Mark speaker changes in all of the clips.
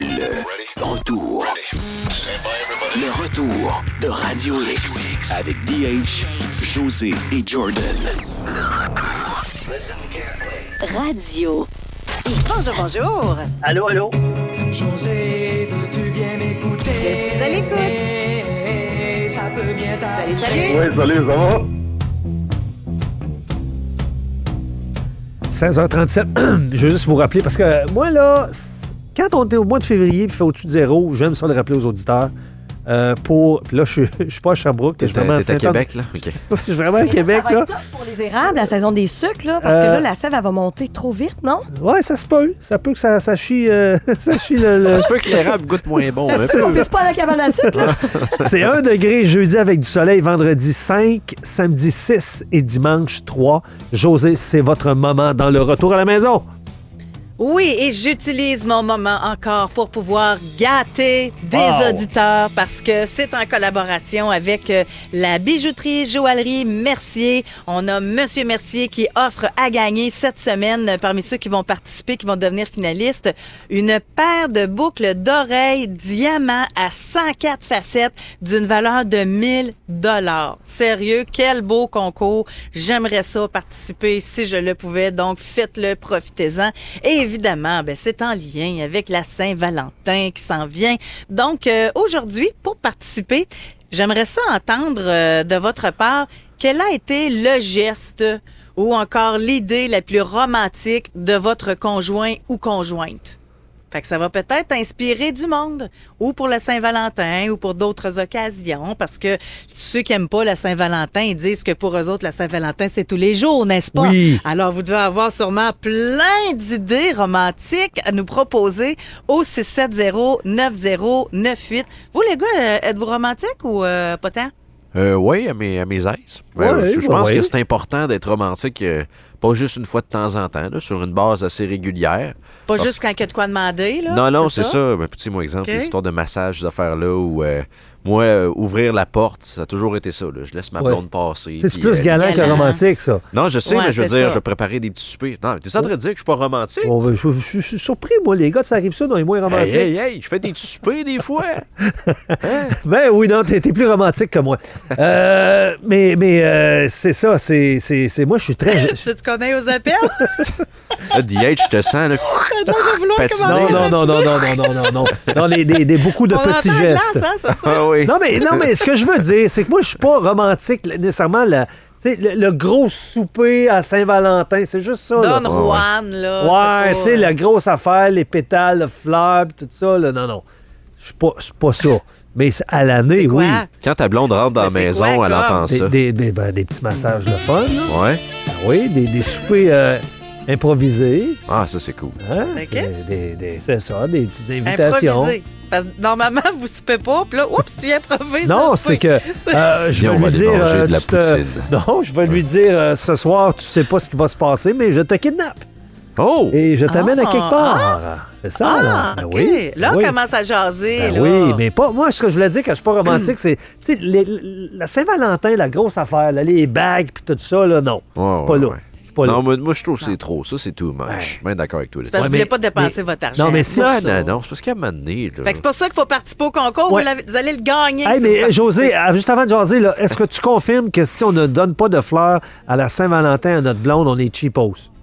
Speaker 1: le retour. Le retour de Radio X avec DH, José et Jordan.
Speaker 2: Radio.
Speaker 3: Bonjour, bonjour.
Speaker 4: Allô, allô?
Speaker 5: José, veux-tu bien m'écouter?
Speaker 3: Je suis à l'écoute.
Speaker 5: Et Ça peut bien
Speaker 3: Salut,
Speaker 5: t'arriver.
Speaker 3: salut.
Speaker 6: Oui, salut, ça va?
Speaker 7: 16h37, je veux juste vous rappeler, parce que euh, moi, là, c- quand on est au mois de février puis fait au-dessus de zéro, j'aime ça le rappeler aux auditeurs. euh, pour. Puis là, je suis- je suis pas à Sherbrooke, je
Speaker 8: T'es
Speaker 7: suis vraiment
Speaker 8: t'es
Speaker 7: à
Speaker 8: à
Speaker 7: Saint-Anne.
Speaker 8: Québec, là? OK.
Speaker 7: Je suis vraiment à Québec,
Speaker 3: Ça va
Speaker 7: là.
Speaker 3: être tough pour les érables, la saison des sucres, là, parce que
Speaker 7: Euh,
Speaker 3: là, la sève, elle va monter trop vite, non?
Speaker 7: Ouais, ça se peut. Ça peut que ça, ça chie, euh, ça chie le. le-
Speaker 8: Ça se peut que l'érable goûte moins bon. hein,
Speaker 3: On ne pas à la cabane à sucre, là.
Speaker 7: C'est 1 degré jeudi avec du soleil, vendredi 5, samedi 6 et dimanche 3. José, c'est votre moment dans le retour à la maison.
Speaker 9: Oui, et j'utilise mon moment encore pour pouvoir gâter des
Speaker 7: Wow.
Speaker 9: auditeurs parce que c'est en collaboration avec euh, la bijouterie joaillerie Mercier. On a Monsieur Mercier qui offre à gagner cette semaine euh, parmi ceux qui vont participer, qui vont devenir finalistes, une paire de boucles d'oreilles diamant à 104 facettes d'une valeur de 1000 dollars. Sérieux, quel beau concours. J'aimerais ça participer si je le pouvais. Donc, faites-le, profitez-en. Et évidemment, ben, c'est en lien avec la Saint-Valentin qui s'en vient. Donc, euh, aujourd'hui, pour participer, j'aimerais ça entendre euh, de votre part quel a été le geste ou encore l'idée la plus romantique de votre conjoint ou conjointe. Fait que ça va peut-être inspirer du monde, ou pour la Saint-Valentin, ou pour d'autres occasions, parce que ceux qui aiment pas la Saint-Valentin, ils disent que pour eux autres, la Saint-Valentin, c'est tous les jours, n'est-ce pas?
Speaker 7: Oui.
Speaker 9: Alors, vous devez avoir sûrement plein d'idées romantiques à nous proposer au 670-9098. Vous, les gars, euh, êtes-vous romantiques ou euh, pas tant?
Speaker 8: Euh, oui, à mes, à mes aises.
Speaker 7: Ouais,
Speaker 8: Ben, je je pense
Speaker 7: ouais.
Speaker 8: que c'est important d'être romantique, euh, pas juste une fois de temps en temps, là, sur une base assez régulière.
Speaker 9: Pas
Speaker 8: Parce-
Speaker 9: juste quand il y a de quoi demander, là?
Speaker 8: Non, non, c'est ça. Ben, petit, moi, exemple,
Speaker 9: Ok.
Speaker 8: les histoires de massage, ces affaires-là, où euh, moi, euh, ouvrir la porte, ça a toujours été ça. là. Je laisse ma
Speaker 7: Ouais.
Speaker 8: blonde passer.
Speaker 7: C'est
Speaker 8: puis,
Speaker 7: plus
Speaker 8: euh,
Speaker 7: galant que
Speaker 9: galant.
Speaker 7: romantique, ça.
Speaker 8: Non, je sais,
Speaker 9: Ouais,
Speaker 8: mais je veux
Speaker 9: c'est
Speaker 8: dire,
Speaker 9: ça.
Speaker 8: je préparais des petits soupers. Non, t'es en train de dire que je suis pas romantique?
Speaker 7: Bon, ben, je, je- je suis surpris, moi, les gars, ça arrive ça dans les moins romantiques.
Speaker 8: Hey, hey, hey, je fais des petits soupers des fois.
Speaker 7: Ben oui, non, t'es t'es plus romantique que moi. Euh, mais mais euh, c'est ça, c'est c'est- c'est- moi, je suis très... je-
Speaker 9: Tu te connais aux appels?
Speaker 8: Là, DH, Ah, je te sens là,
Speaker 9: Donc, on va vouloir
Speaker 8: Patiner.
Speaker 9: commencer.
Speaker 7: Non, non, non, non, non, non, non, non, non. Non, des, des- des- beaucoup de
Speaker 9: On entend
Speaker 7: petits
Speaker 9: la
Speaker 7: gestes.
Speaker 9: glace, hein, ça, ça.
Speaker 8: Ah oui.
Speaker 7: Non, mais, non, mais ce que je veux dire, c'est que moi, je suis pas romantique là, nécessairement. là. Tu sais, le, le gros souper à Saint-Valentin, c'est juste ça. là.
Speaker 9: Don Juan, là.
Speaker 7: Ouais,
Speaker 9: c'est
Speaker 7: tu
Speaker 9: pas-
Speaker 7: sais, la grosse affaire, les pétales, les fleurs, pis tout ça, là, non, non. Je suis pas, je suis pas ça. Mais c'est à l'année,
Speaker 9: C'est
Speaker 7: oui.
Speaker 9: quoi?
Speaker 8: Quand ta blonde rentre dans la
Speaker 9: Mais c'est
Speaker 8: maison,
Speaker 9: quoi,
Speaker 8: elle
Speaker 9: comme?
Speaker 8: entend
Speaker 7: Des,
Speaker 8: ça.
Speaker 7: des, des- ben, des petits massages de fun, là.
Speaker 8: Ouais.
Speaker 7: Ben oui, des, des soupers euh, improvisés.
Speaker 8: Ah, ça, c'est cool.
Speaker 7: Hein?
Speaker 9: Ok.
Speaker 7: C'est des- des- c'est ça, des petites invitations.
Speaker 9: Improviser. Parce que normalement, vous soupez pas, puis là, oups, tu improvises.
Speaker 7: Non,
Speaker 9: là,
Speaker 7: c'est
Speaker 9: tu
Speaker 7: que euh, je
Speaker 8: Viens,
Speaker 7: vais
Speaker 8: on
Speaker 7: lui
Speaker 8: va aller
Speaker 7: dire.
Speaker 8: manger de
Speaker 7: tu
Speaker 8: la
Speaker 7: te-
Speaker 8: poutine.
Speaker 7: Non, je vais lui dire euh, ce soir, tu sais pas ce qui va se passer, mais je te kidnappe
Speaker 8: Oh!
Speaker 7: et je t'amène à
Speaker 9: Ah,
Speaker 7: quelque part. C'est ça, là.
Speaker 9: Ah,
Speaker 7: Ben
Speaker 9: OK.
Speaker 7: oui,
Speaker 9: là,
Speaker 7: ben
Speaker 9: on
Speaker 7: oui.
Speaker 9: commence à jaser.
Speaker 7: Ben
Speaker 9: là.
Speaker 7: oui, mais pas. Moi, ce que je voulais dire quand je suis pas romantique, c'est. Tu sais, les- la Saint-Valentin, la grosse affaire, là, les bagues puis tout ça, là, non.
Speaker 8: Ouais,
Speaker 7: Je suis pas
Speaker 8: ouais,
Speaker 7: là.
Speaker 8: ouais.
Speaker 7: Je suis pas là.
Speaker 8: Non, mais moi, je trouve que c'est trop. Ça, c'est too much. Je suis bien d'accord avec toi.
Speaker 9: C'est parce
Speaker 8: là-dessus.
Speaker 9: que vous
Speaker 7: Ouais,
Speaker 9: voulez
Speaker 7: mais-
Speaker 9: pas dépenser
Speaker 7: mais-
Speaker 9: votre argent.
Speaker 7: Non, mais si-
Speaker 8: Non, non, non. C'est parce qu'à un moment donné, là,
Speaker 9: Fait que c'est pour ça qu'il faut participer au concours.
Speaker 7: euh, Ouais.
Speaker 9: Vous, l'avez- vous allez le gagner.
Speaker 7: Hey,
Speaker 9: si vous
Speaker 7: mais euh,
Speaker 9: participez.
Speaker 7: José, à- juste avant de jaser, là, est-ce que tu confirmes que si on ne donne pas de fleurs à la Saint-Valentin à notre blonde, on est cheapos? euh,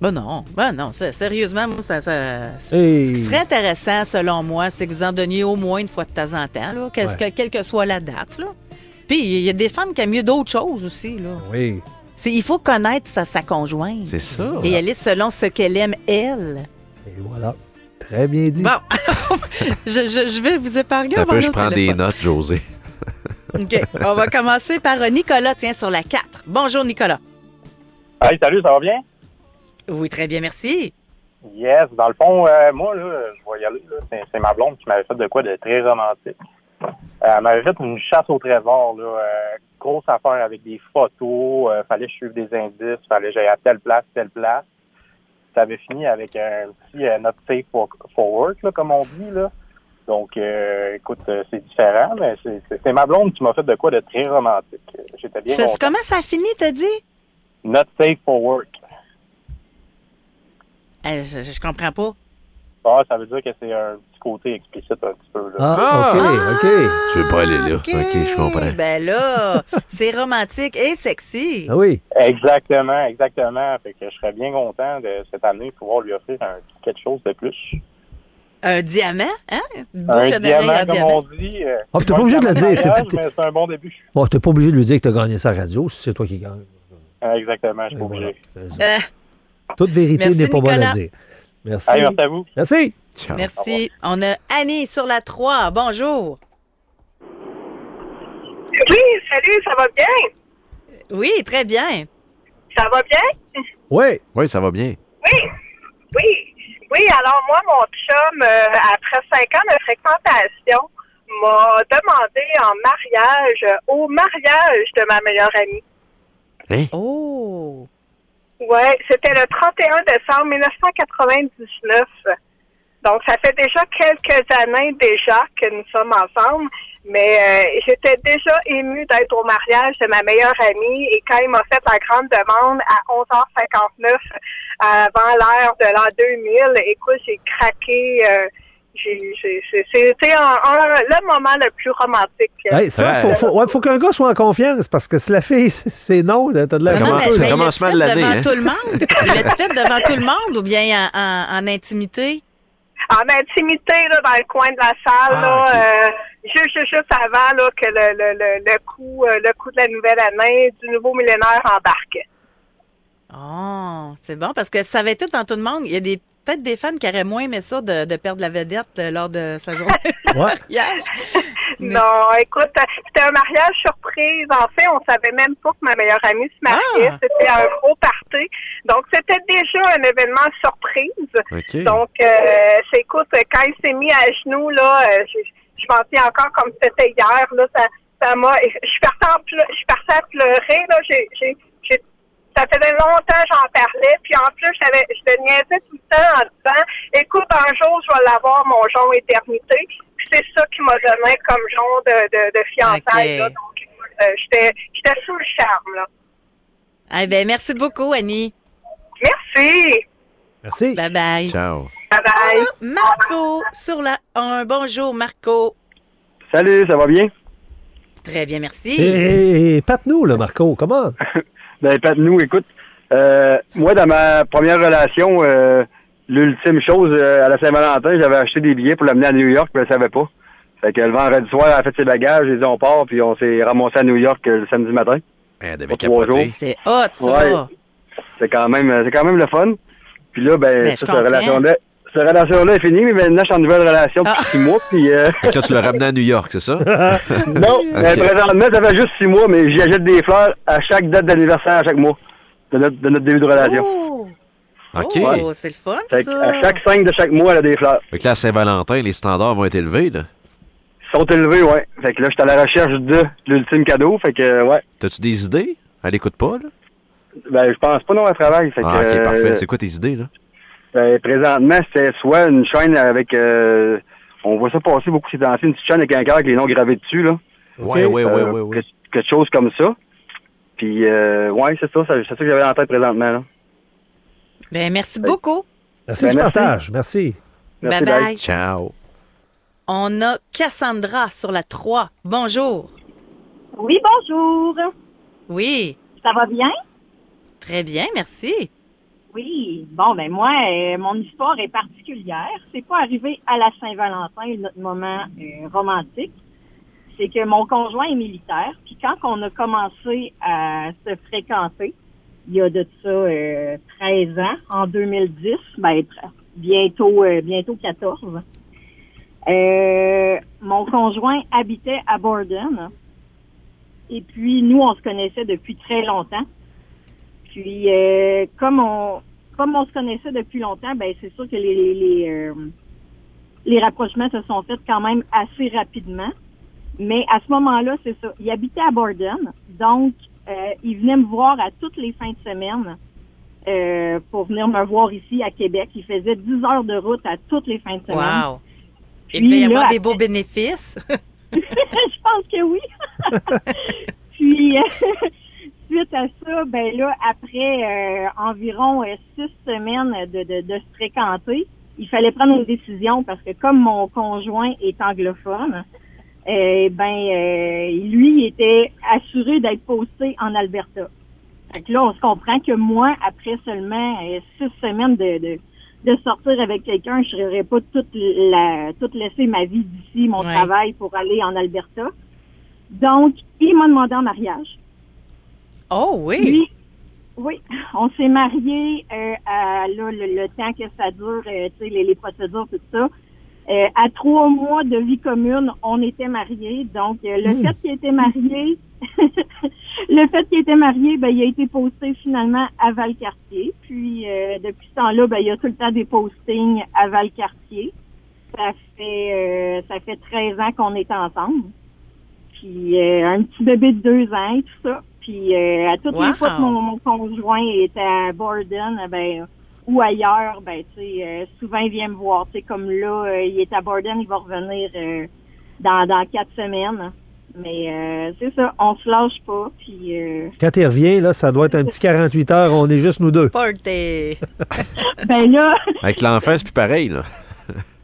Speaker 9: Ben non, ben non. c'est- Sérieusement, moi, ça. ça- c'est-
Speaker 7: Hey.
Speaker 9: Ce qui serait intéressant, selon moi, c'est que vous en donniez au moins une fois de temps en temps, là, que-
Speaker 7: Ouais.
Speaker 9: que- quelle que soit la date. Là. Puis, il y a des femmes qui aiment mieux d'autres choses aussi. Là.
Speaker 7: Oui.
Speaker 9: C'est- Il faut connaître sa, sa conjointe.
Speaker 8: c'est ça.
Speaker 9: Et aller selon ce qu'elle aime, elle.
Speaker 7: Et voilà. Très bien dit.
Speaker 9: Bon, je, je- je vais vous épargner.
Speaker 8: T'as
Speaker 9: avant
Speaker 8: peu, je
Speaker 9: l'autre
Speaker 8: prends des
Speaker 9: téléphone.
Speaker 8: notes, José.
Speaker 9: OK. On va commencer par euh, Nicolas, tiens, sur la 4. Bonjour, Nicolas.
Speaker 4: Hey, salut, ça va bien?
Speaker 9: Oui, très bien, merci.
Speaker 4: Yes, dans le fond, euh, moi, là, je vais y aller. là. C'est, c'est ma blonde qui m'avait fait de quoi de très romantique. Euh, elle m'avait fait une chasse au trésor, là, euh, grosse affaire avec des photos, euh, fallait que je suive des indices, fallait que j'aille à telle place, telle place. Ça avait fini avec un petit euh, not safe for, for work, là, comme on dit. Là. Donc, euh, écoute, euh, c'est différent, mais c'est, c'est- c'est ma blonde qui m'a fait de quoi de très romantique. Euh, J'étais bien
Speaker 9: Ça-
Speaker 4: content.
Speaker 9: comment ça a fini, t'as dit?
Speaker 4: Not safe for work.
Speaker 9: Eh, je, je comprends pas.
Speaker 4: Ah, ça veut dire que c'est un petit côté explicite un petit peu. Là.
Speaker 7: Ah, OK, OK.
Speaker 8: Je veux pas aller là. OK, je comprends.
Speaker 9: Ben là, c'est romantique et sexy.
Speaker 7: Ah oui.
Speaker 4: Exactement, exactement. Fait que je serais bien content de cette année pouvoir lui offrir un, quelque chose de plus.
Speaker 9: Un diamant, hein? Une
Speaker 4: Un
Speaker 9: Bouche à
Speaker 4: diamant,
Speaker 9: d'oreille en
Speaker 4: comme
Speaker 9: diamant.
Speaker 4: on dit. euh,
Speaker 7: Ah, t'es pas
Speaker 4: moi,
Speaker 7: obligé de
Speaker 4: je
Speaker 7: le dire,
Speaker 4: partage,
Speaker 7: t'es- t'es-
Speaker 4: mais C'est un bon début.
Speaker 7: Bon, t'es pas obligé de lui dire que t'as gagné sa radio si c'est toi qui gagne.
Speaker 4: Euh, Exactement, je suis
Speaker 7: Et
Speaker 4: pas
Speaker 7: voilà.
Speaker 4: obligé.
Speaker 7: C'est ça.
Speaker 9: Euh,
Speaker 7: Toute vérité
Speaker 9: Merci,
Speaker 7: n'est pas bonne à
Speaker 9: Nicolas.
Speaker 7: dire. Merci.
Speaker 4: Allez, merci à vous.
Speaker 7: Merci.
Speaker 8: Ciao.
Speaker 9: Merci. On a Annie sur la 3. Bonjour.
Speaker 6: Oui, salut, ça va bien?
Speaker 9: Oui, très bien.
Speaker 6: Ça va bien?
Speaker 7: Oui.
Speaker 8: Oui, ça va bien.
Speaker 6: Oui, oui, oui. Alors, moi, mon chum, euh, après cinq ans de fréquentation, m'a demandé en mariage, euh, au mariage de ma meilleure amie.
Speaker 8: Hein?
Speaker 9: Oh!
Speaker 6: Ouais, c'était le 31 décembre 1999. Donc, ça fait déjà quelques années déjà que nous sommes ensemble, mais euh, j'étais déjà émue d'être au mariage de ma meilleure amie et quand il m'a fait la grande demande à 11h59 avant l'heure de l'an 2000, écoute, j'ai craqué. euh, j'ai- j'ai- j'ai- C'était un- un- le moment le plus romantique.
Speaker 7: Hey, ça,
Speaker 8: Ouais.
Speaker 7: faut, faut, ouais, faut qu'un gars soit en confiance parce que si la fille, c'est non, t'as de la
Speaker 8: Comment-
Speaker 9: Non, mais-
Speaker 8: le
Speaker 9: mais
Speaker 8: commencement
Speaker 9: l'as-tu
Speaker 8: de
Speaker 9: fait
Speaker 8: l'année,
Speaker 9: Devant
Speaker 8: hein?
Speaker 9: tout le monde? Il l'a-tu fait devant tout le monde ou bien en, en- en intimité?
Speaker 6: en intimité là, dans le coin de la salle,
Speaker 8: Ah,
Speaker 6: là,
Speaker 8: ok.
Speaker 6: euh, juste, juste, juste avant là, que le, le, le, le coup euh, le coup de la nouvelle année du nouveau millénaire embarque.
Speaker 9: Oh, c'est bon parce que ça avait été devant tout le monde. Il y a des peut-être des fans qui auraient moins aimé ça de, de perdre la vedette euh, lors de sa journée de
Speaker 7: Ouais.
Speaker 9: mariage. Mais-
Speaker 6: Non, écoute, euh, c'était un mariage surprise. En fait, on savait même pas que ma meilleure amie se mariait.
Speaker 9: Ah.
Speaker 6: C'était un gros party. Donc, c'était déjà un événement surprise.
Speaker 8: OK.
Speaker 6: Donc, euh, c'est- écoute, quand il s'est mis à genoux, là, euh, je, je m'en tiens encore comme c'était hier, là, ça, ça m'a, je partais en pleu- je partais à pleurer, là, j'ai, j'ai, j'ai- ça faisait longtemps que j'en parlais, puis en plus, j'avais, je le niaisais tout le temps en disant, écoute, un jour, je vais l'avoir, mon jonc éternité, puis c'est ça qui m'a donné comme jonc de, de, de fiançailles,
Speaker 9: Ok.
Speaker 6: là, donc, euh, j'étais, j'étais sous le charme, là.
Speaker 9: Eh ben, merci beaucoup, Annie.
Speaker 6: Merci!
Speaker 7: Merci.
Speaker 9: Bye bye.
Speaker 8: Ciao.
Speaker 6: Bye-bye!
Speaker 9: Marco sur la 1. Bonjour, Marco.
Speaker 4: Salut, ça va bien?
Speaker 9: Très bien, merci.
Speaker 7: Et, et, et pâte-nous, là, Marco. Comment?
Speaker 4: Ben, Pat, nous, écoute, euh, moi, dans ma première relation, euh, l'ultime chose, euh, à la Saint-Valentin, j'avais acheté des billets pour l'amener à New York, mais elle savait pas. Fait que le vendredi soir, elle a fait ses bagages, ils ont part, puis on s'est ramassé à New York euh, le samedi matin.
Speaker 8: Elle devait
Speaker 4: Pour trois
Speaker 8: capoter.
Speaker 4: jours.
Speaker 9: C'est hot, ça.
Speaker 4: Ouais. C'est quand même, euh, c'est quand même le fun. Puis là, ben,
Speaker 9: Ben, je
Speaker 4: ça, cette
Speaker 9: comprends.
Speaker 4: relation-là, cette relation-là est finie, mais maintenant, je suis en nouvelle relation depuis
Speaker 9: Ah.
Speaker 4: six mois, puis euh,
Speaker 8: Fait que là, tu l'as ramené à New York, c'est ça?
Speaker 4: non, ben,
Speaker 8: Ok.
Speaker 4: présentement, ça fait juste six mois, mais j'y achète des fleurs à chaque date d'anniversaire, à chaque mois, de notre, de notre début de relation.
Speaker 9: Oh,
Speaker 8: OK.
Speaker 9: Oh, c'est le fun,
Speaker 4: Fait que
Speaker 9: ça.
Speaker 4: à chaque 5 de chaque mois, elle a des fleurs.
Speaker 8: Fait que là, à Saint-Valentin, les standards vont être élevés, là.
Speaker 4: Ils sont élevés, ouais. Fait que là, j'étais à la recherche de l'ultime cadeau. Fait que, euh, ouais.
Speaker 8: T'as-tu des idées? Elle écoute pas, là?
Speaker 4: Ben, je pense pas non à travail. Fait
Speaker 8: Ah,
Speaker 4: que,
Speaker 8: OK,
Speaker 4: euh,
Speaker 8: parfait. C'est quoi tes idées, là?
Speaker 4: ben, présentement, c'était soit une chaîne avec. euh, on voit ça passer beaucoup ces temps-ci, une petite chaîne avec un cœur avec les noms gravés dessus, là.
Speaker 8: Ouais, ouais, ouais,
Speaker 4: Euh,
Speaker 8: ouais, ouais.
Speaker 4: que- Quelque chose comme ça. Puis, euh, ouais, c'est ça, ça- C'est ça que j'avais en tête présentement, là.
Speaker 9: Ben, merci beaucoup.
Speaker 7: Merci
Speaker 4: Ben,
Speaker 7: du
Speaker 4: merci.
Speaker 7: partage. Merci.
Speaker 4: Merci,
Speaker 9: bye
Speaker 4: bye.
Speaker 9: bye.
Speaker 8: Ciao.
Speaker 9: On a Cassandra sur la 3. Bonjour.
Speaker 10: Oui, bonjour.
Speaker 9: Oui,
Speaker 10: Ça va bien?
Speaker 9: très bien, merci.
Speaker 10: Oui. Bon, ben moi, euh, mon histoire est particulière. C'est pas arrivé à la Saint-Valentin, notre moment euh, romantique. C'est que mon conjoint est militaire. Puis quand on a commencé à Euh, se fréquenter, il y a de ça euh, 13 ans, en 2010, ben, tr- bientôt, euh, bientôt 14. Euh, mon conjoint habitait à Borden. Et puis, nous, on se connaissait depuis très longtemps. Puis euh, comme on comme on se connaissait depuis longtemps, ben c'est sûr que les les, les, euh, les rapprochements se sont faits quand même assez rapidement. Mais à ce moment-là, c'est ça. Il habitait à Borden, donc euh, il venait me voir à toutes les fins de semaine euh, pour venir me voir ici à Québec. Il faisait 10 heures de route à toutes les fins de semaine.
Speaker 9: Wow. Il
Speaker 10: Puis
Speaker 9: devait y
Speaker 10: là,
Speaker 9: avoir des
Speaker 10: après-
Speaker 9: beaux bénéfices.
Speaker 10: je pense que oui. Puis, euh, suite à ça, ben là, après euh, environ euh, six semaines de, de, de se fréquenter, il fallait prendre une décision parce que comme mon conjoint est anglophone, eh ben euh, lui il était assuré d'être posté en Alberta. Fait que là, on se comprend que moi, après seulement euh, six semaines de, de, de sortir avec quelqu'un, je n'aurais pas toute la toute laissé ma vie d'ici, mon
Speaker 11: Ouais.
Speaker 10: travail pour aller en Alberta. Donc, il m'a demandé en mariage.
Speaker 9: Oh oui.
Speaker 10: Lui, oui, on s'est mariés euh, à là, le, le temps que ça dure, euh, tu sais, les, les procédures, tout ça. Euh, à trois mois de vie commune, on était mariés. Donc, euh, le fait qu'il ait été marié, le fait qu'il ait été marié, ben, il a été posté finalement à Valcartier. Puis, euh, depuis ce temps-là, ben, il y a tout le temps des postings à Valcartier. Ça fait, euh, ça fait 13 ans qu'on est ensemble. Puis, euh, un petit bébé de deux ans, et tout ça. Puis, euh, à toutes
Speaker 11: Wow.
Speaker 10: les fois que mon, mon conjoint est à Borden, euh, ben, ou ailleurs, ben, tu sais, euh, souvent il vient me voir. Tu sais, comme là, euh, il est à Borden, il va revenir euh, dans, dans quatre semaines. Mais euh, c'est ça, on se lâche pas. Puis, euh,
Speaker 7: Quand il revient, là, ça doit être un petit 48 heures, on est juste nous deux.
Speaker 9: Party.
Speaker 10: ben là,
Speaker 8: Avec l'enfant, c'est plus pareil, là.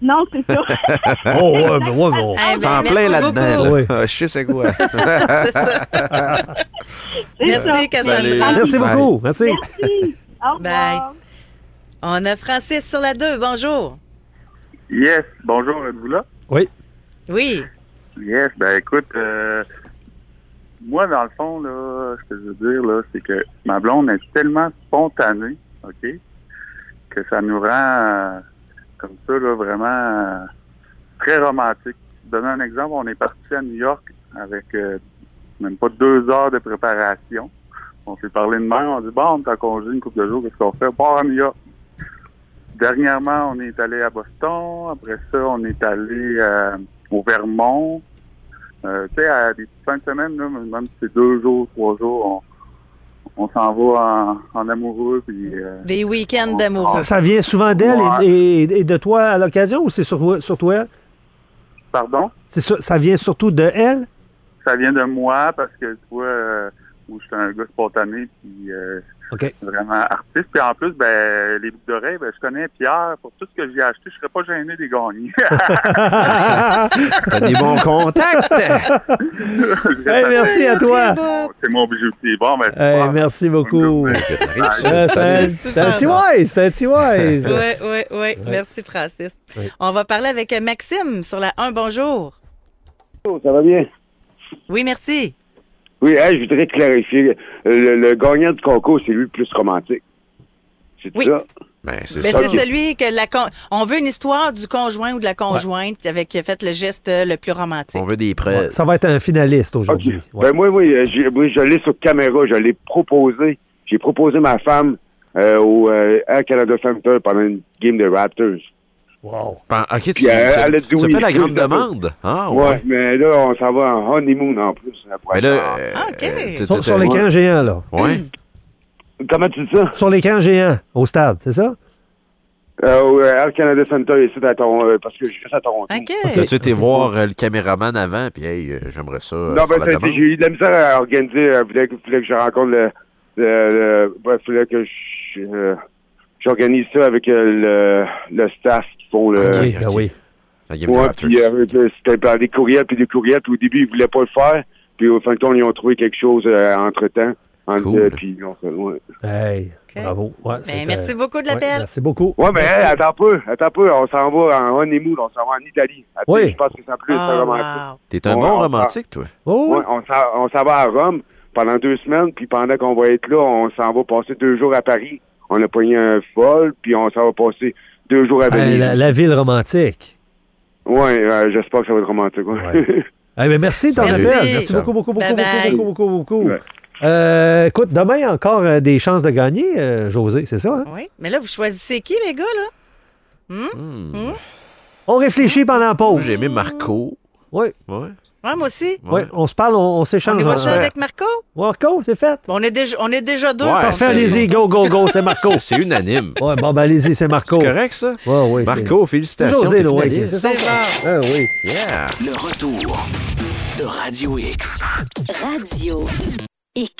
Speaker 10: non, c'est ça.
Speaker 7: oh, ouais, mais ouais, mais on-
Speaker 8: Je suis
Speaker 10: ben,
Speaker 8: en
Speaker 10: merci
Speaker 8: plein là-dedans, là. Ah,
Speaker 7: beaucoup. Oui.
Speaker 8: Je sais c'est quoi.
Speaker 10: C'est ça.
Speaker 8: Salut.
Speaker 7: Merci
Speaker 8: Bye.
Speaker 7: beaucoup. Merci.
Speaker 9: Bye. On a Francis sur la 2. Bonjour.
Speaker 12: Yes, bonjour, êtes-vous là?
Speaker 7: Oui.
Speaker 9: Oui.
Speaker 12: Yes, ben écoute, euh, moi dans le fond, là, ce que je veux dire, là, c'est que ma blonde est tellement spontanée, OK, que ça nous rend euh, comme ça, là, vraiment euh, très romantique. Je vais donner un exemple, on est parti à New York avec euh, même pas deux heures de préparation. On s'est parlé de même, on dit bon, on est en congé une couple de jours, qu'est-ce qu'on fait? On part à New York. Dernièrement, on est allé à Boston. Après ça, on est allé euh, au Vermont. Euh, tu sais, à des petites fins de semaine, là, même si c'est deux jours, trois jours, on, on s'en va en, en amoureux. Puis, euh,
Speaker 9: Des week-ends d'amour.
Speaker 7: Ça, ça vient souvent d'elle et, et- et de toi à l'occasion ou c'est sur- surtout elle?
Speaker 12: Pardon?
Speaker 7: C'est sur- ça vient surtout de elle?
Speaker 12: ça vient de moi parce que tu vois, euh, moi, je suis un gars spontané puis euh, vraiment artiste. Puis en plus, ben les boucles d'oreilles, ben, je connais Pierre. Pour tout ce que j'ai acheté, je serais pas gêné des gagner.
Speaker 8: T'as des bons contacts.
Speaker 7: Hey, merci à toi.
Speaker 12: C'est mon bijouti. Bon, ben,
Speaker 7: Hey, merci beaucoup.
Speaker 12: Bye.
Speaker 7: Euh, c'est un-
Speaker 12: Salut.
Speaker 7: c'est un petit wise, c'est un petit
Speaker 9: Oui,
Speaker 7: wise.
Speaker 9: oui, oui. Merci, Francis.
Speaker 7: Oui.
Speaker 9: On va parler avec Maxime sur la 1. Bonjour.
Speaker 13: Ça va bien?
Speaker 9: Oui, merci.
Speaker 13: Oui, hey, je voudrais clarifier. Euh, Le, le gagnant du concours, c'est lui le plus romantique. C'est
Speaker 9: Oui.
Speaker 13: ça?
Speaker 8: Ben,
Speaker 9: Ben, C'est celui que la con- on veut une histoire du conjoint ou de la conjointe avec qui a fait le geste euh, le plus romantique.
Speaker 8: veut des preuves.
Speaker 7: Ça va être un finaliste aujourd'hui.
Speaker 13: Ben, moi, oui, euh, j'ai- moi, je l'ai sur caméra. Je l'ai proposé. J'ai proposé ma femme euh, au euh, Air Canada Center pendant une game des Raptors.
Speaker 7: Wow.
Speaker 8: ok, tu,
Speaker 13: Puis, euh, elle a dit
Speaker 8: tu- tu
Speaker 13: oui,
Speaker 8: fais la
Speaker 13: je
Speaker 8: grande
Speaker 13: veux, je veux.
Speaker 8: demande. Ah,
Speaker 13: ouais.
Speaker 8: ouais.
Speaker 13: mais là, on s'en va en honeymoon en plus.
Speaker 8: Mais là, euh,
Speaker 9: Ah,
Speaker 7: Ils
Speaker 8: t'es-
Speaker 7: sont
Speaker 8: t'es-
Speaker 7: sur l'écran géant, là.
Speaker 8: Ouais.
Speaker 13: Comment tu dis ça?
Speaker 7: Sur l'écran géant, au stade, c'est ça?
Speaker 13: Euh, au euh, Air Canada Center, ici, à Toronto, euh, parce que je suis à Toronto.
Speaker 8: T'as-tu été voir euh, le caméraman avant? Puis, hey, euh, j'aimerais ça. euh,
Speaker 13: Non,
Speaker 8: faire
Speaker 13: ben,
Speaker 8: la
Speaker 13: ça a été-
Speaker 8: demande.
Speaker 13: j'ai eu de la misère à organiser. Il voulait, que- voulait que je rencontre le. le, le- ouais, voulait que je- euh, j'organise ça avec euh, le, le staff qui font le.
Speaker 7: Ok, ben oui.
Speaker 8: La Game
Speaker 13: Ouais,
Speaker 8: Raptors.
Speaker 13: puis euh, euh, c'était par des courriels puis des courriels. Puis au début, ils voulaient pas le faire. Puis au fin de compte, ils ont trouvé quelque chose euh, entre temps. puis, on se- ouais.
Speaker 7: Hey, bravo. Ouais, c'est,
Speaker 9: Ben, merci
Speaker 7: euh,
Speaker 9: beaucoup de l'appel.
Speaker 7: ouais, merci beaucoup.
Speaker 13: Ouais, mais
Speaker 7: Merci.
Speaker 13: hey, attends un peu, attends un peu. On s'en va en honeymoon, on s'en va en Italie. Après,
Speaker 7: Oui.
Speaker 13: Je pense que c'est plus
Speaker 7: Ah,
Speaker 13: un romantique.
Speaker 7: wow.
Speaker 8: T'es un
Speaker 13: On-
Speaker 8: bon
Speaker 13: on-
Speaker 8: romantique, toi.
Speaker 13: Ouais, on s'en- on s'en va à Rome pendant deux semaines, puis pendant qu'on va être là, on s'en va passer deux jours à Paris. On a pogné un folle, puis on s'en va passer deux jours à
Speaker 7: Hey,
Speaker 13: Venise.
Speaker 7: la, la ville romantique.
Speaker 13: Ouais, euh, j'espère que ça va être romantique. ouais.
Speaker 7: Hey, mais merci de ton
Speaker 13: Salut.
Speaker 7: appel.
Speaker 13: Merci.
Speaker 7: Merci beaucoup, beaucoup, beaucoup, beaucoup, beaucoup, beaucoup, beaucoup. Euh, écoute, demain, il y a encore euh, des chances de gagner, euh, José, c'est ça? hein?
Speaker 9: Oui. Mais là, vous choisissez qui, les gars, là? Hum? Hum?
Speaker 7: On réfléchit pendant la pause.
Speaker 8: J'ai aimé Marco.
Speaker 7: Oui.
Speaker 8: Ouais.
Speaker 9: Ouais, moi aussi.
Speaker 7: Oui, on se parle, on, on s'échange.
Speaker 9: On y va
Speaker 7: en-
Speaker 9: ça avec Marco?
Speaker 7: Marco, c'est fait.
Speaker 9: On est déjà, on est déjà deux.
Speaker 8: Ouais,
Speaker 7: Parfait,
Speaker 8: c'est-
Speaker 7: allez-y, go, go, go, c'est Marco.
Speaker 8: C'est unanime.
Speaker 7: Ouais, bon, ben, allez-y, c'est Marco.
Speaker 8: C'est correct, ça?
Speaker 7: Ouais, ouais,
Speaker 8: Marco, félicitations.
Speaker 7: José,
Speaker 8: t'es
Speaker 7: là, ouais,
Speaker 8: finaliste.
Speaker 7: c'est ça. Ah, oui.
Speaker 1: Le retour de Radio X.
Speaker 2: Radio X.